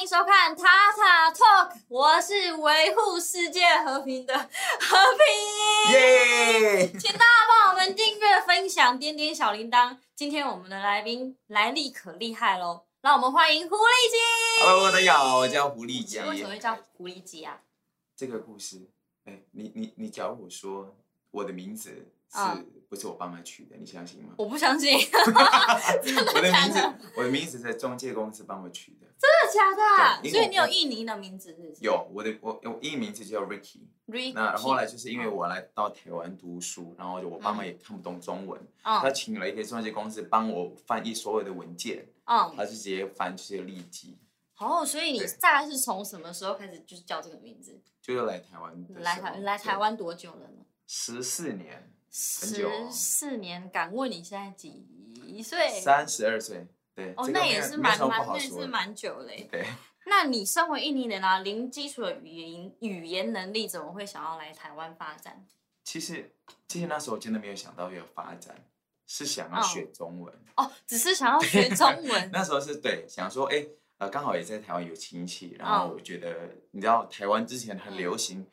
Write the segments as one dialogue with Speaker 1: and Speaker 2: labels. Speaker 1: 迎收看塔塔 Talk，我是维护世界和平的和平。
Speaker 2: 耶！
Speaker 1: 请大家帮我们订阅、分享、点点小铃铛。今天我们的来宾来历可厉害喽，让我们欢迎狐狸精。
Speaker 2: Hello，大家好，我叫狐狸鸡。
Speaker 1: 为什么会叫狐狸精啊？
Speaker 2: 这个故事？哎，你你你，假如我说我的名字是、
Speaker 1: 嗯
Speaker 2: 不是我爸妈取的，你相信吗？
Speaker 1: 我不相 信，真
Speaker 2: 我的名
Speaker 1: 假
Speaker 2: 字，我的名字在中介公司帮我取的。
Speaker 1: 的假的啊？
Speaker 2: 对因为
Speaker 1: 所以你有
Speaker 2: 我
Speaker 1: 印尼的名字是不是？
Speaker 2: 有我的我我英文名字叫 Ricky，
Speaker 1: Ricky。
Speaker 2: 那后来就是因为我来到台湾读书，然后就我爸妈
Speaker 1: 嗯
Speaker 2: 也看不懂中文，他
Speaker 1: 嗯
Speaker 2: 请了一个中介公司帮我翻译所有的文件，
Speaker 1: 嗯，
Speaker 2: 他就直接翻这些例记，
Speaker 1: 哦，所以你
Speaker 2: 对
Speaker 1: 大概是从什么时候开始就是叫这个名字？
Speaker 2: 就是来台湾的时候。
Speaker 1: 来台来台湾多久了呢？
Speaker 2: 十四年，
Speaker 1: 十
Speaker 2: 久哦
Speaker 1: 四年，敢问你现在几岁？
Speaker 2: 三十二岁，对，
Speaker 1: 哦，
Speaker 2: 这个
Speaker 1: 那
Speaker 2: 没
Speaker 1: 也
Speaker 2: 有
Speaker 1: 是
Speaker 2: 没
Speaker 1: 蛮
Speaker 2: 什么
Speaker 1: 蛮，
Speaker 2: 不好
Speaker 1: 那也
Speaker 2: 说
Speaker 1: 是
Speaker 2: 的
Speaker 1: 蛮久嘞。
Speaker 2: 对，
Speaker 1: 那你身为印尼人啊，零基础的语言语言能力，怎么会想要来台湾发展？
Speaker 2: 其实其实那时候真的没有想到要发展，是想要
Speaker 1: 嗯
Speaker 2: 学中文。
Speaker 1: 哦，只是想要 学中文。
Speaker 2: 那时候是对，想说哎，呃，刚好也在台湾有亲戚，然后
Speaker 1: 嗯
Speaker 2: 我觉得、你知道台湾之前很流行，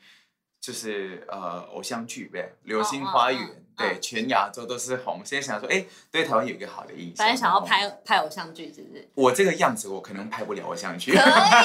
Speaker 2: 就是呃偶像剧呗，《流
Speaker 1: 嗯
Speaker 2: 星
Speaker 1: 嗯
Speaker 2: 花
Speaker 1: 嗯
Speaker 2: 园》
Speaker 1: 嗯
Speaker 2: 对，全亚洲都是红。现在想说哎，对台湾有一个好的印象，
Speaker 1: 反正想
Speaker 2: 然
Speaker 1: 要
Speaker 2: 后
Speaker 1: 拍拍偶像剧，是不 是？
Speaker 2: 我这个样子，我可能拍不了偶像剧
Speaker 1: 可。以啊，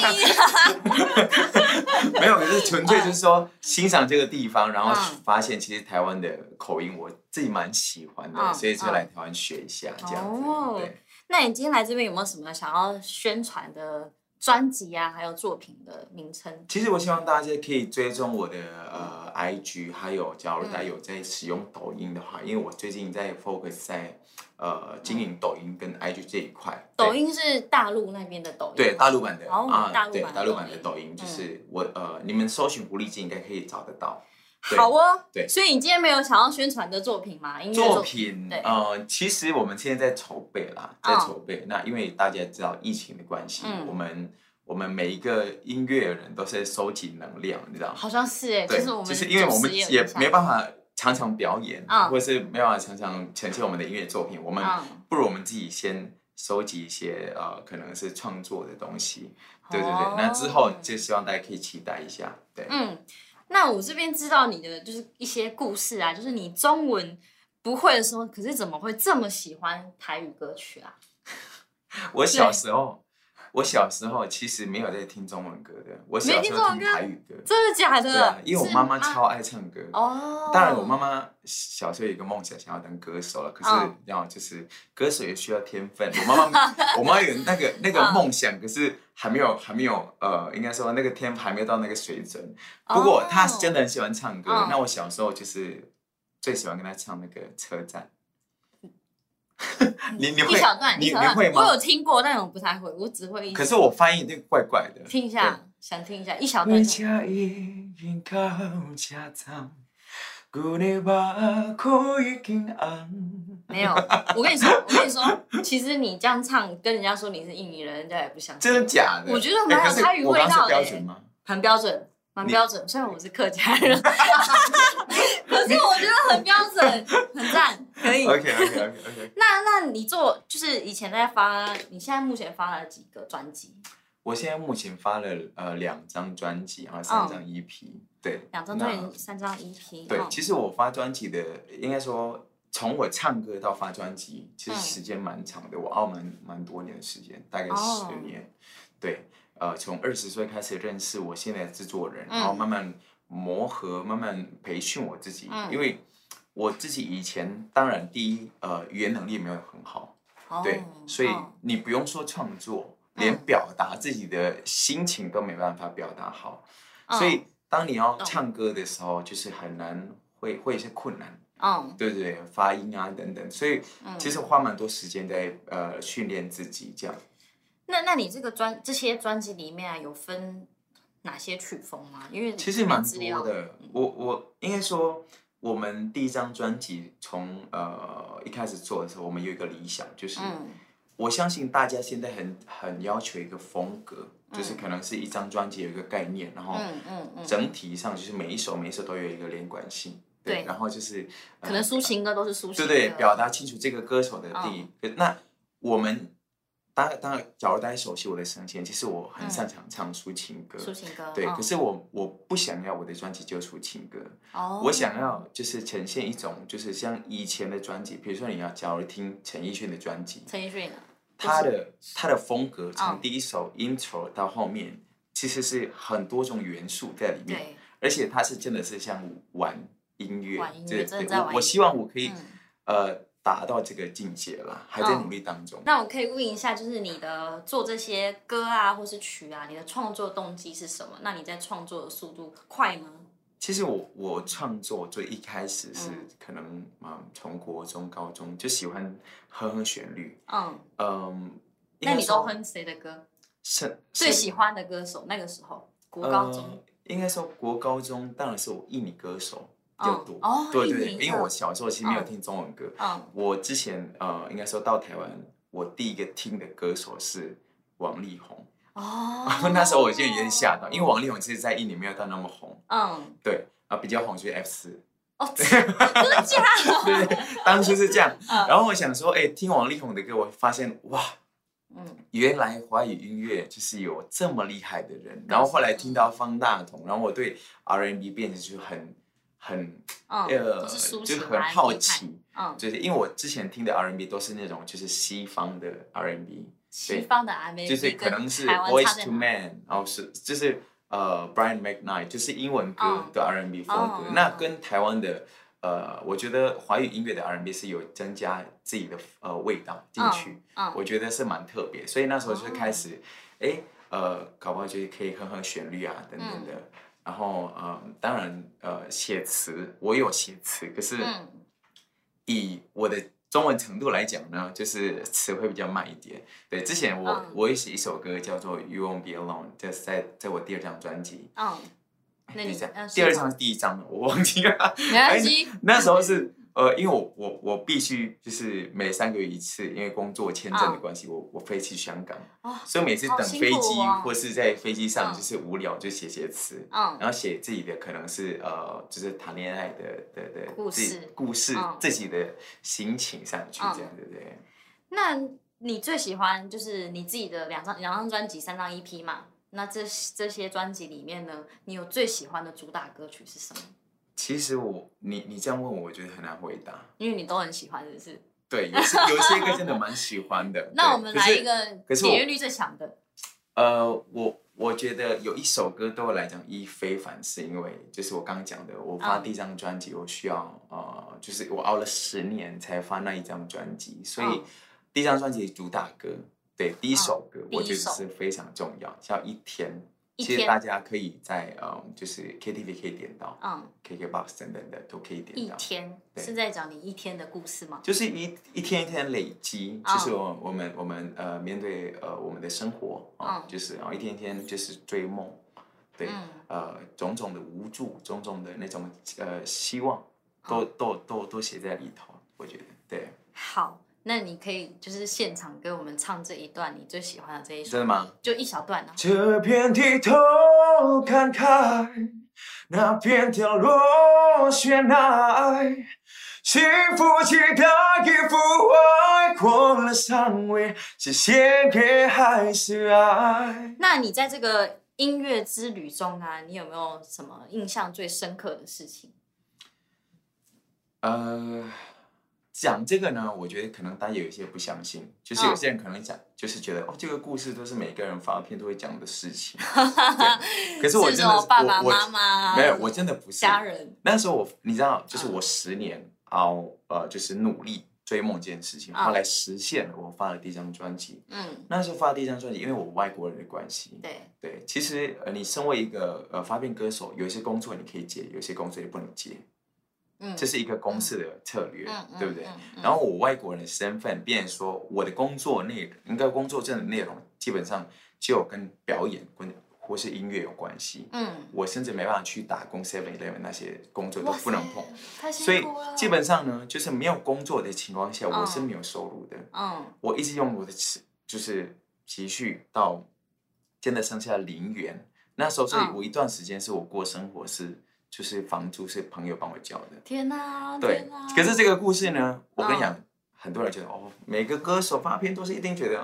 Speaker 2: 没有，就是纯粹就是说欣赏这个地方，然后
Speaker 1: 嗯
Speaker 2: 发现其实台湾的口音我自己蛮喜欢的，
Speaker 1: 嗯
Speaker 2: 所以就来台湾学一下这样子。
Speaker 1: 哦
Speaker 2: 对，
Speaker 1: 那你今天来这边有没有什么想要宣传的专辑啊，还有作品的名称？
Speaker 2: 其实我希望大家可以追踪我的呃 IG，还有假如
Speaker 1: 嗯
Speaker 2: 大家有在使用抖音的话，因为我最近在 focus 在呃经营抖音跟 IG 这一块。
Speaker 1: 嗯
Speaker 2: 对
Speaker 1: 抖音是大陆那边的抖音，
Speaker 2: 对，大陆版的
Speaker 1: 哦
Speaker 2: 啊
Speaker 1: 大，陆
Speaker 2: 对
Speaker 1: 版的
Speaker 2: 大陆版
Speaker 1: 抖
Speaker 2: 的
Speaker 1: 音
Speaker 2: 抖音，就
Speaker 1: 嗯
Speaker 2: 是我呃，你们搜寻狐狸精应该可以找得到。对
Speaker 1: 好哦。
Speaker 2: 对
Speaker 1: 所以你今天没有想要宣传的作品吗？音乐
Speaker 2: 作品
Speaker 1: 对，
Speaker 2: 呃，其实我们现在在筹备啦，在
Speaker 1: 嗯
Speaker 2: 筹备。那因为大家知道疫情的关系，
Speaker 1: 嗯
Speaker 2: 我们我们每一个音乐人都是收集能量，你知道吗？
Speaker 1: 好像是哎，
Speaker 2: 对
Speaker 1: 是我，们
Speaker 2: 其实因为
Speaker 1: 就
Speaker 2: 我们
Speaker 1: 实验
Speaker 2: 也
Speaker 1: 一下
Speaker 2: 没办法常常表演，
Speaker 1: 嗯
Speaker 2: 或者是没办法常常呈现我们的音乐作品，我们
Speaker 1: 嗯
Speaker 2: 不如我们自己先收集一些呃，可能是创作的东西。对对对，那之后
Speaker 1: 哦
Speaker 2: 就希望大家可以期待一下。对，
Speaker 1: 嗯，那我这边知道你的就是一些故事啊，就是你中文不会的时候，可是怎么会这么喜欢台语歌曲啊？
Speaker 2: 我小时候，我小时候其实没有在听中文歌的，我
Speaker 1: 没
Speaker 2: 小
Speaker 1: 听
Speaker 2: 时
Speaker 1: 中
Speaker 2: 候
Speaker 1: 文
Speaker 2: 听
Speaker 1: 歌
Speaker 2: 台语歌。
Speaker 1: 真的假
Speaker 2: 对啊
Speaker 1: 的？，
Speaker 2: 因为我
Speaker 1: 是
Speaker 2: 妈妈超爱唱歌。
Speaker 1: 哦，
Speaker 2: 当然，我妈妈小时候有一个梦想，想要当歌手了。可是
Speaker 1: 嗯，
Speaker 2: 然后就是歌手也需要天分。我妈妈，我妈有那个那个
Speaker 1: 嗯
Speaker 2: 梦想，可是还没有还没有呃，应该说那个天赋还没有到那个水准。
Speaker 1: 哦
Speaker 2: 不过她是真的很喜欢唱歌
Speaker 1: 嗯。
Speaker 2: 那我小时候就是最喜欢跟她唱那个车站。 你你
Speaker 1: 嗯一
Speaker 2: 会
Speaker 1: 小段，
Speaker 2: 你
Speaker 1: 一
Speaker 2: 你
Speaker 1: 小段
Speaker 2: 会
Speaker 1: 我有
Speaker 2: 吗？
Speaker 1: 听过，但我不太会，我只会一
Speaker 2: 可是我翻译那个怪怪的。
Speaker 1: 听一
Speaker 2: 对
Speaker 1: 下，想听一下一小段
Speaker 2: 阮
Speaker 1: 这样。
Speaker 2: 车已经到车站，阮的目眶已经红。
Speaker 1: 没有，我跟你说，我跟你说，其实你这样唱，跟人家说你是印尼人，人家也不相信。
Speaker 2: 真的假的？
Speaker 1: 我觉得蛮有
Speaker 2: 欸可是
Speaker 1: 台语
Speaker 2: 我
Speaker 1: 味
Speaker 2: 刚刚
Speaker 1: 道的
Speaker 2: 是标
Speaker 1: 欸
Speaker 2: 准吗？
Speaker 1: 很标准，蛮
Speaker 2: 你
Speaker 1: 标准。虽然我是客家 人，可是我觉得很标准，很赞，可以。
Speaker 2: OK OK OK OK。
Speaker 1: 那那你做就是以前在发，你现在目前发了几个专辑？
Speaker 2: 我现在目前发了呃两张专辑，然后三张 EP，、对，
Speaker 1: 哦两张专辑，三张 EP。
Speaker 2: 那。对，
Speaker 1: 哦
Speaker 2: 其实我发专辑的，应该说从我唱歌到发专辑，其实
Speaker 1: 嗯
Speaker 2: 时间蛮长的，我澳门蛮多年的时间，大概
Speaker 1: 哦
Speaker 2: 十年。对，呃，从二十岁开始认识我现在的制作人，
Speaker 1: 嗯
Speaker 2: 然后慢慢磨合，慢慢培训我自己，
Speaker 1: 嗯
Speaker 2: 因为我自己以前当然第一呃语言能力没有很好，
Speaker 1: 哦
Speaker 2: 对，所以
Speaker 1: 哦
Speaker 2: 你不用说创作，
Speaker 1: 嗯
Speaker 2: 连表达自己的心情都没办法表达好，
Speaker 1: 嗯
Speaker 2: 所以当你要
Speaker 1: 懂
Speaker 2: 唱歌的时候，就是很难会会有一些困难，
Speaker 1: 嗯
Speaker 2: 对对对，发音啊等等，所以
Speaker 1: 嗯，
Speaker 2: 其实花蛮多时间在呃训练自己这样。
Speaker 1: 嗯那那你这个专这些专辑里面啊，有分哪些曲风吗？因为
Speaker 2: 其实蛮
Speaker 1: 这边
Speaker 2: 多
Speaker 1: 资料嗯
Speaker 2: 的，我我应该说。我们第一张专辑从呃一开始做的时候，我们有一个理想，就是
Speaker 1: 嗯
Speaker 2: 我相信大家现在很很要求一个风格，就是可能是一张专辑有一个概念，然后
Speaker 1: 嗯嗯嗯，
Speaker 2: 哦整体上就是每一首每一首都有一个连贯性，
Speaker 1: 对
Speaker 2: 然后就是、呃
Speaker 1: 可能抒情歌都是抒情嗯
Speaker 2: 对
Speaker 1: 歌，
Speaker 2: 对，表达清楚这个歌手的
Speaker 1: 嗯
Speaker 2: 地。那我们当然当然，假如大家熟悉我的声线，其实我很擅长唱抒情歌。
Speaker 1: 嗯抒情歌，
Speaker 2: 对，
Speaker 1: 嗯
Speaker 2: 可是我我不想要我的专辑就抒情歌，
Speaker 1: 哦，
Speaker 2: 我想要就是呈现一种就是像以前的专辑，比如说你要假如听陈奕迅的专辑，
Speaker 1: 陈奕迅啊，
Speaker 2: 他的他的风格从
Speaker 1: 嗯
Speaker 2: 第一首 intro 到后面，其实是很多种元素在里面，
Speaker 1: 对，
Speaker 2: 而且他是真的是像玩音乐
Speaker 1: 玩音，乐
Speaker 2: 对
Speaker 1: 真的
Speaker 2: 对，
Speaker 1: 在玩
Speaker 2: 我
Speaker 1: 音乐
Speaker 2: 我希望我可以
Speaker 1: 嗯。
Speaker 2: 呃达到这个境界啦，还在
Speaker 1: 嗯
Speaker 2: 努力当中。
Speaker 1: 那我可以问一下，就是你的做这些歌啊，或是曲啊，你的创作动机是什么？那你在创作的速度快吗？
Speaker 2: 其实我我创作最一开始是
Speaker 1: 嗯
Speaker 2: 可能嗯从国中高中就喜欢哼哼旋律，
Speaker 1: 嗯，
Speaker 2: 嗯，应
Speaker 1: 那
Speaker 2: 该
Speaker 1: 你
Speaker 2: 说
Speaker 1: 都哼谁的歌？
Speaker 2: 是
Speaker 1: 最
Speaker 2: 是
Speaker 1: 喜欢的歌手？那个时候，国高中
Speaker 2: 呃，应该说国高中当然是我印尼歌手比较多，
Speaker 1: 哦哦
Speaker 2: 对
Speaker 1: 印
Speaker 2: 对，
Speaker 1: 尼
Speaker 2: 因为我小时候其实没有
Speaker 1: 嗯
Speaker 2: 听中文歌，
Speaker 1: 嗯，
Speaker 2: 我之前呃应该说到台湾，我第一个听的歌手是王力宏，，
Speaker 1: 哦
Speaker 2: 那时候我就有点吓到，因为王力宏其实在印尼没有到那么红，
Speaker 1: 嗯，
Speaker 2: 对，啊比较红就是 F 四。
Speaker 1: 哦，真的假的？
Speaker 2: 对，当初是这样。
Speaker 1: 嗯
Speaker 2: 然后我想说，哎、听王力宏的歌，我发现哇，
Speaker 1: 嗯，
Speaker 2: 原来华语音乐就是有这么厉害的人。然后后来听到方大同，然后我对 R&B 变得就很很
Speaker 1: 嗯，
Speaker 2: 呃，
Speaker 1: 就是抒
Speaker 2: 就
Speaker 1: 情
Speaker 2: 很
Speaker 1: 啊
Speaker 2: 好
Speaker 1: 批判
Speaker 2: 奇，
Speaker 1: 嗯，
Speaker 2: 就是因为我之前听的 R&B 都是那种就是西方的 R&B，
Speaker 1: 西方的 R&B
Speaker 2: 就是可
Speaker 1: 跟
Speaker 2: 能是
Speaker 1: 台湾差
Speaker 2: Voice
Speaker 1: 在
Speaker 2: to
Speaker 1: 哪？
Speaker 2: Man，然后是就是呃 Brian McKnight，就是英文歌
Speaker 1: 嗯
Speaker 2: 的 R&B 风
Speaker 1: 哦
Speaker 2: 格。
Speaker 1: 嗯
Speaker 2: 那
Speaker 1: 嗯
Speaker 2: 跟台湾的呃，我觉得华语音乐的 R&B 是有增加自己的呃味道进去，
Speaker 1: 嗯，
Speaker 2: 我觉得是蛮特别。所以那时候就
Speaker 1: 哦
Speaker 2: 开始，哎、呃，搞不好就是可以哼哼旋律啊等等的。
Speaker 1: 嗯
Speaker 2: 然后，呃，当然，呃，写词我有写词，可是
Speaker 1: 嗯，
Speaker 2: 以我的中文程度来讲呢，就是词汇比较慢一点。对，之前我、
Speaker 1: 嗯
Speaker 2: 我有写一首歌叫做《You Won't Be Alone》，这是在在我第二张专辑，
Speaker 1: 嗯，那
Speaker 2: 第一
Speaker 1: 你
Speaker 2: 张
Speaker 1: 要是
Speaker 2: 第二哎张是第一张，我忘记了。
Speaker 1: 没关系，
Speaker 2: 那时候是呃，因为我我我必须就是每三个月一次，因为工作签证的
Speaker 1: 嗯
Speaker 2: 关系，我我飞去香港，
Speaker 1: 哦，
Speaker 2: 所以每次
Speaker 1: 好
Speaker 2: 等
Speaker 1: 辛
Speaker 2: 飞
Speaker 1: 苦
Speaker 2: 机、
Speaker 1: 哦
Speaker 2: 或是在飞机上
Speaker 1: 嗯
Speaker 2: 就是无聊就写写词。
Speaker 1: 嗯，
Speaker 2: 然后写自己的可能是呃，就是谈恋爱的的的
Speaker 1: 故
Speaker 2: 自己
Speaker 1: 事
Speaker 2: 故事、
Speaker 1: 嗯
Speaker 2: 自己的心情上去，
Speaker 1: 嗯
Speaker 2: 这样对不对？
Speaker 1: 那你最喜欢就是你自己的两张两张专辑、三张 EP 嘛？那这这些专辑里面呢，你有最喜欢的主打歌曲是什么？
Speaker 2: 其实我你你这样问我，我觉得很难回答。
Speaker 1: 因为你都很喜欢，是不是？
Speaker 2: 对，有些有些歌真的蛮喜欢的。
Speaker 1: 那
Speaker 2: 对
Speaker 1: 我们
Speaker 2: 可
Speaker 1: 来
Speaker 2: 是
Speaker 1: 一个
Speaker 2: 可是我
Speaker 1: 点阅率最强的，
Speaker 2: 呃，我我觉得有一首歌对我来讲意义非凡，是因为就是我刚刚讲的，我发
Speaker 1: 嗯
Speaker 2: 第一张专辑，我需要呃，就是我熬了十年才发那一张专辑，所以
Speaker 1: 嗯哦
Speaker 2: 第一张专辑主打歌，对第一首歌，
Speaker 1: 第
Speaker 2: 我
Speaker 1: 一
Speaker 2: 觉得
Speaker 1: 首
Speaker 2: 是非常重要，叫《一天》。
Speaker 1: 一
Speaker 2: 其实
Speaker 1: 天
Speaker 2: 大家可以在呃，就是 KTV 可以点到
Speaker 1: 嗯，
Speaker 2: ，KKBox 等等的都可以点
Speaker 1: 一
Speaker 2: 到。
Speaker 1: 天
Speaker 2: 对
Speaker 1: 是在讲你一天的故事吗？
Speaker 2: 就是一一天一天累积，
Speaker 1: 嗯
Speaker 2: 就是我我们我们呃面对呃我们的生活
Speaker 1: 嗯
Speaker 2: 啊，就是然后一天一天就是追梦，对，
Speaker 1: 嗯
Speaker 2: 呃种种的无助，种种的那种呃希望，都、
Speaker 1: 哦
Speaker 2: 都都都写在里头，我觉得对，
Speaker 1: 好，那你可以就是现场给我们唱这一段你最喜欢的这一首，
Speaker 2: 真的吗？
Speaker 1: 就一小段啊。
Speaker 2: 这片地头看看，那片掉落悬崖，幸福期待一副爱过了伤悲，是献给还是爱？
Speaker 1: 那你在这个音乐之旅中啊，你有没有什么印象最深刻的事情？
Speaker 2: 呃，讲这个呢，我觉得可能大家有一些不相信，就是有
Speaker 1: 嗯
Speaker 2: 些人可能讲，就是觉得哦，这个故事都是每个人发片都会讲的 事情。对可是我
Speaker 1: 是
Speaker 2: 真
Speaker 1: 不
Speaker 2: 的
Speaker 1: 是我爸爸
Speaker 2: 我
Speaker 1: 妈妈啊
Speaker 2: 没有，我真的不是
Speaker 1: 家人，
Speaker 2: 那时候我，你知道，就是
Speaker 1: 嗯
Speaker 2: 我十年熬，呃，就是努力追梦这件事情，
Speaker 1: 嗯
Speaker 2: 后来实现了。我发了第一张专辑，
Speaker 1: 嗯，
Speaker 2: 那时候发第一张专辑，因为我外国人的关系，
Speaker 1: 对，
Speaker 2: 对，其实呃，你身为一个呃发片歌手，有一些工作你可以接，有一些工作你不能接，
Speaker 1: 嗯，
Speaker 2: 这是一个公司的策略，
Speaker 1: 嗯嗯
Speaker 2: 对不对？
Speaker 1: 嗯嗯
Speaker 2: 然后我外国人的身份，变成说我的工作内容，应该工作证的内容，基本上只有跟表演跟或是音乐有关系。
Speaker 1: 嗯，
Speaker 2: 我甚至没办法去打工 Seven Eleven 那些工作都不能碰
Speaker 1: 哇，塞，太
Speaker 2: 所
Speaker 1: 辛
Speaker 2: 以
Speaker 1: 苦了。
Speaker 2: 基，本上呢，就是没有工作的情况下，
Speaker 1: 嗯
Speaker 2: 我是没有收入的。
Speaker 1: 嗯
Speaker 2: 我一直用我的持就是积蓄到真的剩下零元。那时候，所以
Speaker 1: 嗯
Speaker 2: 我一段时间是我过生活是就是房租是朋友帮我交的。
Speaker 1: 天哪、
Speaker 2: 对
Speaker 1: 哦天哪、，嗯
Speaker 2: 可是这个故事呢，我跟你讲，很多人觉得哦，每个歌手发片都是一定觉得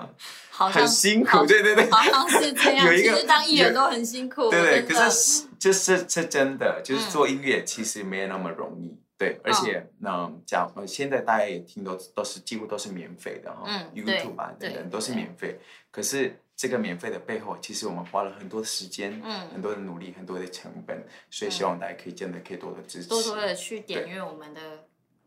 Speaker 1: 好像
Speaker 2: 很辛苦，
Speaker 1: 好
Speaker 2: 对对对，
Speaker 1: 好像是这样。
Speaker 2: 有一
Speaker 1: 其
Speaker 2: 个
Speaker 1: 实当艺人
Speaker 2: 有
Speaker 1: 都很辛苦，
Speaker 2: 对
Speaker 1: 真
Speaker 2: 对，
Speaker 1: 的
Speaker 2: 可是这是是真的，就是
Speaker 1: 嗯
Speaker 2: 做音乐其实没有那么容易。对，而且那讲、呃现在大家也听都都是几乎都是免费的哈、
Speaker 1: 嗯
Speaker 2: y o u
Speaker 1: 对
Speaker 2: t u b e 啊等
Speaker 1: 对
Speaker 2: 等都是
Speaker 1: 对
Speaker 2: 免费。可是这个免费的背后，其实我们花了很多的时间、
Speaker 1: 嗯
Speaker 2: 很多的努力、很多的成本，所以希
Speaker 1: 嗯
Speaker 2: 望大家可以真的可以多多支持。
Speaker 1: 多多的去点阅我们的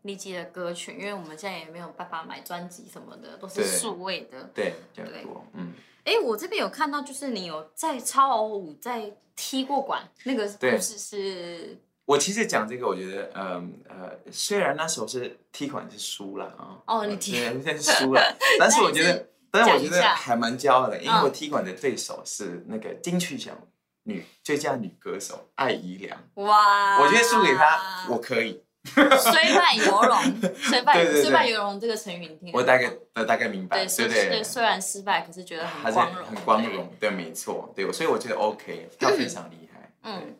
Speaker 1: 荔枝的歌曲，因为我们现在也没有办法买专辑什么的，都是
Speaker 2: 对
Speaker 1: 数位的。
Speaker 2: 对，这样
Speaker 1: 对
Speaker 2: 多，嗯，
Speaker 1: 哎、我这边有看到，就是你有在超偶舞在踢过馆，那个
Speaker 2: 对
Speaker 1: 故事是
Speaker 2: 我其实讲这个，我觉得，嗯呃，虽然那时候是踢馆是输了啊，
Speaker 1: 哦你
Speaker 2: 嗯
Speaker 1: 踢
Speaker 2: 对，现在是 输了，但是我觉得，但是我觉
Speaker 1: 讲一
Speaker 2: 得
Speaker 1: 下
Speaker 2: 还蛮骄傲的，因为
Speaker 1: 嗯
Speaker 2: 我踢馆的对手是那个金曲奖女最佳女歌手艾怡良，
Speaker 1: 哇，
Speaker 2: 我觉得输给她 我可以，
Speaker 1: 虽败犹荣，虽败
Speaker 2: 对对对
Speaker 1: 虽败犹荣这个成语你听得懂吗，
Speaker 2: 我大概呃大概明白，
Speaker 1: 对
Speaker 2: 对
Speaker 1: 虽
Speaker 2: 不
Speaker 1: 对虽然失败，可是觉得很
Speaker 2: 还是
Speaker 1: 光荣，
Speaker 2: 很光
Speaker 1: 对。
Speaker 2: 荣，对，没错，对，所以我觉得 OK，她非常厉害，对
Speaker 1: 嗯，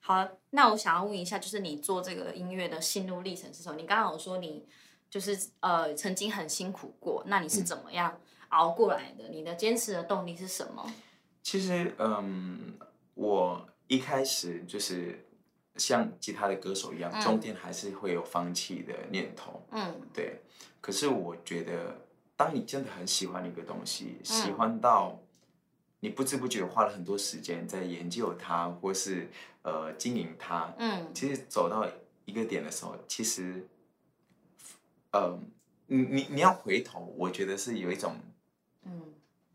Speaker 1: 好，那我想要问一下，就是你做这个音乐的心路历程是什么？你刚刚有说你就是呃曾经很辛苦过，那你是怎么样熬过来的？你的坚持的动力是什么？
Speaker 2: 其实，嗯，我一开始就是像其他的歌手一样，
Speaker 1: 嗯
Speaker 2: 中间还是会有放弃的念头，
Speaker 1: 嗯
Speaker 2: 对。可是我觉得，当你真的很喜欢一个东西，喜
Speaker 1: 嗯
Speaker 2: 欢到你不知不觉花了很多时间在研究它，或是呃经营它，
Speaker 1: 嗯
Speaker 2: 其实走到一个点的时候，其实，呃，你你你要回头，我觉得是有一种
Speaker 1: 嗯，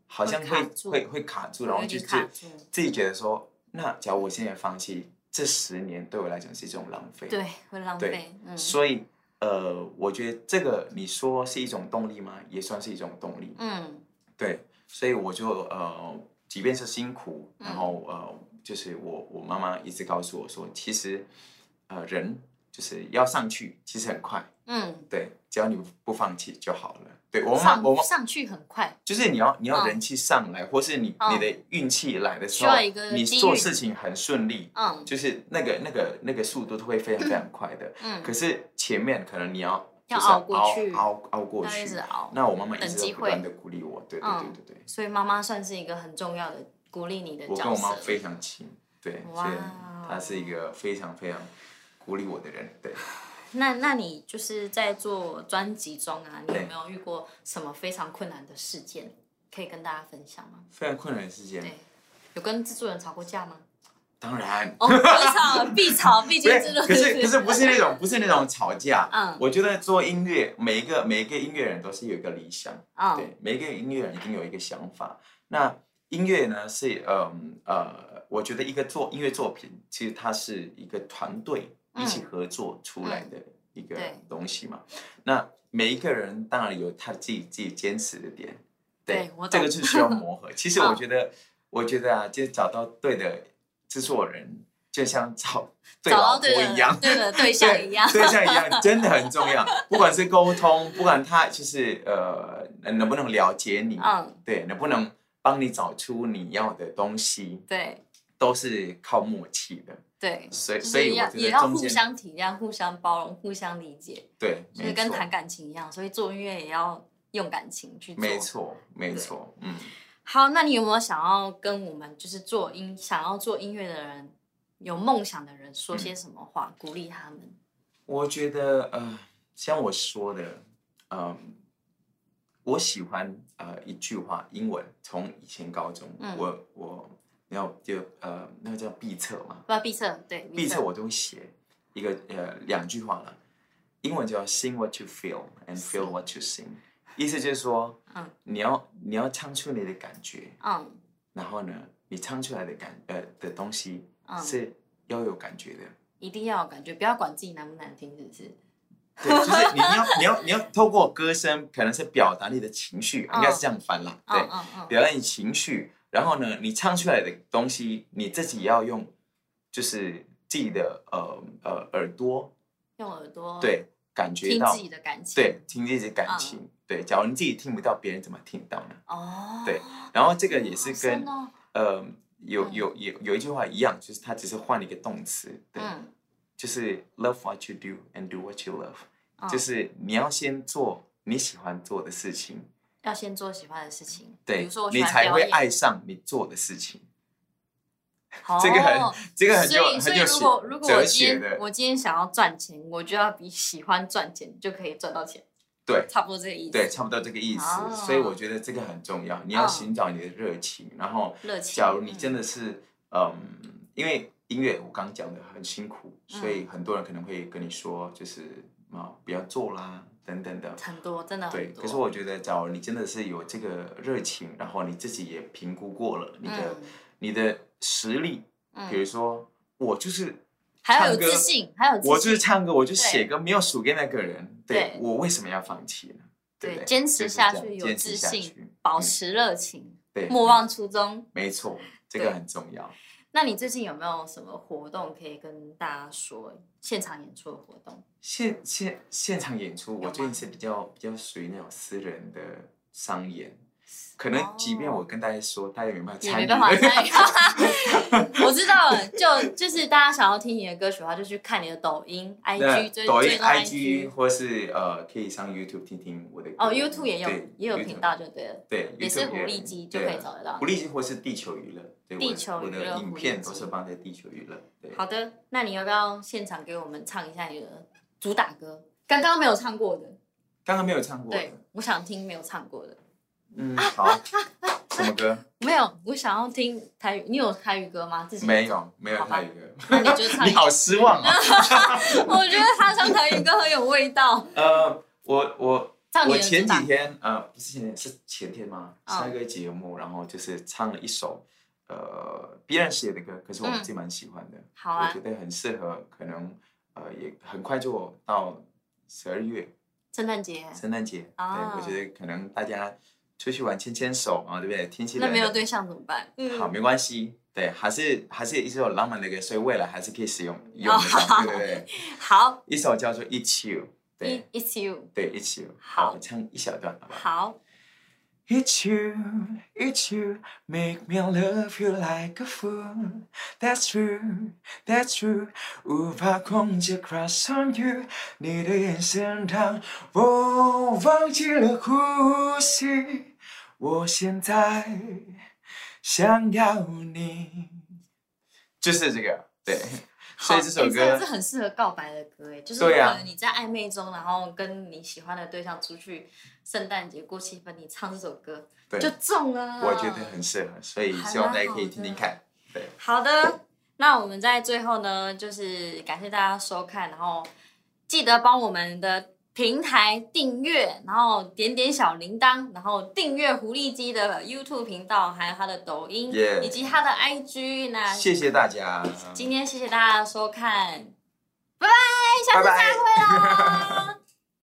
Speaker 2: 好像
Speaker 1: 会
Speaker 2: 会
Speaker 1: 卡住
Speaker 2: 会会卡住，
Speaker 1: 会
Speaker 2: 然后
Speaker 1: 有
Speaker 2: 就
Speaker 1: 点
Speaker 2: 自
Speaker 1: 卡住
Speaker 2: 自己觉得说，那假如我现在放弃，这十年对我来讲是一种浪费。
Speaker 1: 对，会浪
Speaker 2: 对
Speaker 1: 费。嗯
Speaker 2: 所以呃，我觉得这个你说是一种动力吗？也算是一种动力。
Speaker 1: 嗯
Speaker 2: 对，所以我就呃，即便是辛苦，
Speaker 1: 嗯
Speaker 2: 然后呃，就是我我妈妈一直告诉我说，其实呃人就是要上去，其实很快，
Speaker 1: 嗯，
Speaker 2: 对，只要你不放弃就好了。对我妈
Speaker 1: 上
Speaker 2: 我妈。
Speaker 1: 上去很快，
Speaker 2: 就是你要你要
Speaker 1: 嗯
Speaker 2: 人气上来，或是你、
Speaker 1: 嗯
Speaker 2: 你的运气来的时
Speaker 1: 需
Speaker 2: 候
Speaker 1: 要一个，
Speaker 2: 你
Speaker 1: 机
Speaker 2: 做
Speaker 1: 遇
Speaker 2: 事情很顺利，
Speaker 1: 嗯
Speaker 2: 就是那个那个那个速度都会非常非常快的。
Speaker 1: 嗯，
Speaker 2: 可是前面可能你要
Speaker 1: 要
Speaker 2: 就是
Speaker 1: 熬过去
Speaker 2: 熬熬过
Speaker 1: 要一
Speaker 2: 去
Speaker 1: 直。熬。
Speaker 2: 那我妈妈一
Speaker 1: 等
Speaker 2: 直
Speaker 1: 机
Speaker 2: 都不断
Speaker 1: 会
Speaker 2: 的鼓励我，对对
Speaker 1: 嗯
Speaker 2: 对对对，
Speaker 1: 所以妈妈算是一个很重要的鼓励你的
Speaker 2: 我跟
Speaker 1: 角
Speaker 2: 我妈
Speaker 1: 色。
Speaker 2: 非常亲，对，所以她是一个非常非常鼓励我的人，对。
Speaker 1: 那那你就是在做专辑中啊，你有
Speaker 2: 对
Speaker 1: 没有遇过什么非常困难的事件，可以跟大家分享吗？
Speaker 2: 非常困难的事件，
Speaker 1: 对，有跟制作人吵过架吗？
Speaker 2: 当然。
Speaker 1: 哦，必吵，必吵，毕
Speaker 2: 不
Speaker 1: 竟
Speaker 2: 是
Speaker 1: 制作，人
Speaker 2: 可是可是不是那种不是那种吵架，
Speaker 1: 嗯
Speaker 2: 我觉得做音乐，每一个每一个音乐人都是有一个理想，
Speaker 1: 嗯
Speaker 2: 对，每一个音乐人一定有一个想法。那音乐呢，是嗯呃，我觉得一个作音乐作品，其实它是一个团队一起合作出来的一个
Speaker 1: 嗯对
Speaker 2: 东西嘛。那每一个人当然有他自己自己坚持的点，
Speaker 1: 对我
Speaker 2: 这
Speaker 1: 懂
Speaker 2: 个是需要磨 合。其实我
Speaker 1: 嗯
Speaker 2: 觉得，我觉得啊，就是找到对的制作人，就像找对
Speaker 1: 找
Speaker 2: 老
Speaker 1: 到
Speaker 2: 婆
Speaker 1: 对的
Speaker 2: 一样，
Speaker 1: 对 的对象一样，
Speaker 2: 对对像一样，真的很重要。不管是沟通，不管他就是呃，能不能了解你，
Speaker 1: 嗯，
Speaker 2: 对，能不能帮你找出你要的东西，
Speaker 1: 对
Speaker 2: 都是靠默契的。
Speaker 1: 对，
Speaker 2: 所以，
Speaker 1: 就
Speaker 2: 所
Speaker 1: 是
Speaker 2: 以我
Speaker 1: 要
Speaker 2: 觉
Speaker 1: 也
Speaker 2: 得
Speaker 1: 要
Speaker 2: 中
Speaker 1: 互
Speaker 2: 间
Speaker 1: 相体谅、互相包容、互相理解，
Speaker 2: 对，
Speaker 1: 就是
Speaker 2: 没
Speaker 1: 跟
Speaker 2: 错
Speaker 1: 谈，感情一样，所以做音乐也要用感情去做。
Speaker 2: 没错，没错，嗯。
Speaker 1: 好，那你有没有想要跟我们就是做音想要做音乐的人，有梦想的人说
Speaker 2: 嗯
Speaker 1: 些什么话，鼓励他们？
Speaker 2: 我觉得呃，像我说的，嗯、我喜欢呃一句话，英文从以前高中，
Speaker 1: 嗯
Speaker 2: 我我然后就呃那个叫必测嘛，
Speaker 1: 不要闭塞，对，
Speaker 2: 毕竟我都会写一个呃两句话了，英文叫 sing what you feel and feel what you sing，意思就是说，
Speaker 1: 嗯
Speaker 2: 你要你要唱出你的感觉，
Speaker 1: 嗯
Speaker 2: 然后呢，你唱出来的感呃的东西
Speaker 1: 嗯，
Speaker 2: 是要有感觉的，
Speaker 1: 一定要有感觉，不要管自己难不难听，是不是？
Speaker 2: 对，就是你要你要你要透过歌声，可能是表达你的情绪，应该是这样翻啦，对
Speaker 1: 嗯，嗯嗯，
Speaker 2: 表达你情绪，然后呢，你唱出来的东西，你自己要用，就是自己的呃呃耳朵，
Speaker 1: 用耳朵
Speaker 2: 对，感觉
Speaker 1: 听
Speaker 2: 到
Speaker 1: 自，己的感情，
Speaker 2: 对，听自己的
Speaker 1: 嗯
Speaker 2: 感情，对，假如你自己听不到，别人怎么听到呢？
Speaker 1: 哦，
Speaker 2: 对然后这个也是
Speaker 1: 好深
Speaker 2: 跟
Speaker 1: 哦
Speaker 2: 呃有
Speaker 1: 嗯
Speaker 2: 有有有一句话一样，就是它只是换了一个动词，对，
Speaker 1: 嗯，
Speaker 2: 就是 love what you do and do what you love。
Speaker 1: 嗯
Speaker 2: 就是你要先做你喜欢做的事情，
Speaker 1: 要先做喜欢的事情，比
Speaker 2: 对
Speaker 1: 如说我喜
Speaker 2: 你
Speaker 1: 欢
Speaker 2: 才
Speaker 1: 表
Speaker 2: 会
Speaker 1: 演
Speaker 2: 爱上你做的事情。
Speaker 1: 哦
Speaker 2: 这个很这个很
Speaker 1: 所
Speaker 2: 有
Speaker 1: 以，所
Speaker 2: 很
Speaker 1: 以
Speaker 2: 有
Speaker 1: 如
Speaker 2: 学
Speaker 1: 果如果我
Speaker 2: 哲
Speaker 1: 今
Speaker 2: 学
Speaker 1: 天
Speaker 2: 的，
Speaker 1: 我今天想要赚钱，我就要比喜欢赚钱就可以赚到钱，
Speaker 2: 对
Speaker 1: 差不多这个意思。
Speaker 2: 对，，差不多这个意思。
Speaker 1: 哦
Speaker 2: 所以我觉得这个很重要，你要
Speaker 1: 嗯
Speaker 2: 寻找你的热情，然后
Speaker 1: 热情。
Speaker 2: 假如你真
Speaker 1: 的，
Speaker 2: 的是，嗯，因为音乐我刚讲的很辛苦，所
Speaker 1: 嗯
Speaker 2: 以很多人可能会跟你说，就是啊，不要做啦，等等的。
Speaker 1: 很多，真的
Speaker 2: 对，
Speaker 1: 很多。
Speaker 2: 可是我觉得，假如你真的是有这个热情，然后你自己也评估过了你的、你的实力，
Speaker 1: 嗯，
Speaker 2: 比如
Speaker 1: 嗯，
Speaker 2: 说我就是
Speaker 1: 还要有
Speaker 2: 唱歌
Speaker 1: 自信，还有自信，
Speaker 2: 我就是唱歌，我就写
Speaker 1: 对
Speaker 2: 歌，没有输给那个人，对
Speaker 1: 对
Speaker 2: 我为什么要放弃呢？对不
Speaker 1: 对，
Speaker 2: 对，
Speaker 1: 坚持下
Speaker 2: 就是这
Speaker 1: 去，
Speaker 2: 样
Speaker 1: 有
Speaker 2: 坚持
Speaker 1: 自
Speaker 2: 下
Speaker 1: 信
Speaker 2: 去，
Speaker 1: 保
Speaker 2: 嗯
Speaker 1: 持热情，
Speaker 2: 对，
Speaker 1: 莫忘初衷。
Speaker 2: 没错，这
Speaker 1: 对
Speaker 2: 个很重要。
Speaker 1: 那你最近有没有什么活动可以跟大家说？现场演出的活动？
Speaker 2: 现现现场演出，
Speaker 1: 有
Speaker 2: 我最
Speaker 1: 吗
Speaker 2: 近是比较比较属于那种私人的商演，可能即便
Speaker 1: 哦
Speaker 2: 我跟大家说，大家也没办法
Speaker 1: 也没
Speaker 2: 参与。
Speaker 1: 办法参 与。 我知道了，就就是大家想要听你的歌曲的话，就去看你的抖音、
Speaker 2: 那
Speaker 1: IG 追
Speaker 2: 抖音
Speaker 1: 追踪
Speaker 2: IG 或是呃，可以上 YouTube 听听我的歌。
Speaker 1: 哦，YouTube 也有
Speaker 2: 对
Speaker 1: 也有
Speaker 2: YouTube
Speaker 1: 频道就对了，
Speaker 2: 对，
Speaker 1: 也是
Speaker 2: YouTube
Speaker 1: 狐狸鸡就
Speaker 2: 对啊
Speaker 1: 可以找得到
Speaker 2: 狐。狸鸡或是地球娱乐，对，
Speaker 1: 地
Speaker 2: 我的
Speaker 1: 球
Speaker 2: 我
Speaker 1: 娱乐
Speaker 2: 的影
Speaker 1: 狐狸
Speaker 2: 片都
Speaker 1: 鸡
Speaker 2: 是放在地球娱乐。对，
Speaker 1: 好的，那你要不要现场给我们唱一下你的主打歌？刚刚没有唱过的，
Speaker 2: 刚刚没有唱过的。
Speaker 1: 对，我想听没有唱过的，
Speaker 2: 嗯，好，什么歌？
Speaker 1: 没有，我想要听台语。你有台语歌吗？自己
Speaker 2: 没，有，没有
Speaker 1: 好吧
Speaker 2: 泰语歌。
Speaker 1: 那你就唱
Speaker 2: 你。好失 望啊！
Speaker 1: 我觉得他唱台语歌很有味道，
Speaker 2: 呃，我我
Speaker 1: 唱你
Speaker 2: 我
Speaker 1: 的主
Speaker 2: 前
Speaker 1: 打
Speaker 2: 几。天呃，不是前天是前天吗？
Speaker 1: 嗯
Speaker 2: 上一个节目，然后就是唱了一首呃别人写的歌，可是我
Speaker 1: 嗯
Speaker 2: 自己蛮喜欢的，
Speaker 1: 好啊
Speaker 2: 我觉，得很适合，可能呃也很快就到十二月
Speaker 1: 圣诞节
Speaker 2: 圣诞节，
Speaker 1: 啊
Speaker 2: 对我觉得可能大家出去玩牵牵手啊，对不对？天气
Speaker 1: 那
Speaker 2: 冷了
Speaker 1: 没有对象怎么办？嗯
Speaker 2: 好，没关系。对，还是还是一首浪漫的歌，所以未来还是可以使用用
Speaker 1: 哦
Speaker 2: 得到，对对 对。
Speaker 1: 好
Speaker 2: 一首叫做《It's You》，对
Speaker 1: i t s you。
Speaker 2: 对，《It's You》。
Speaker 1: 好
Speaker 2: 我唱一小段，好不好？
Speaker 1: 好，
Speaker 2: It's you, it's you, make me love you like a fool. That's true, that's true. 无法控制 crush on you，你的眼神让我忘记了呼吸。我现在想要你，就是这个，对，所以这首
Speaker 1: 好诶真的
Speaker 2: 歌
Speaker 1: 是很适合告白的歌诶，就是
Speaker 2: 对啊
Speaker 1: 可能你在暧昧中，然后跟你喜欢的对象出去，圣诞节过气氛，你唱这首歌
Speaker 2: 对
Speaker 1: 就中了。
Speaker 2: 我觉得很适合，所以希望大家可以听听看。对，
Speaker 1: 好的。那我们在最后呢，就是感谢大家收看，然后记得帮我们的平台订阅，然后点点小铃铛，然后订阅狐狸鸡的 YouTube 频道，还有他的抖音
Speaker 2: Yeah
Speaker 1: 以及他的 IG。那
Speaker 2: 谢谢大家，嗯
Speaker 1: 今天谢谢大家的收看，拜拜，下
Speaker 2: 拜
Speaker 1: 次再
Speaker 2: 拜。
Speaker 1: 会喽。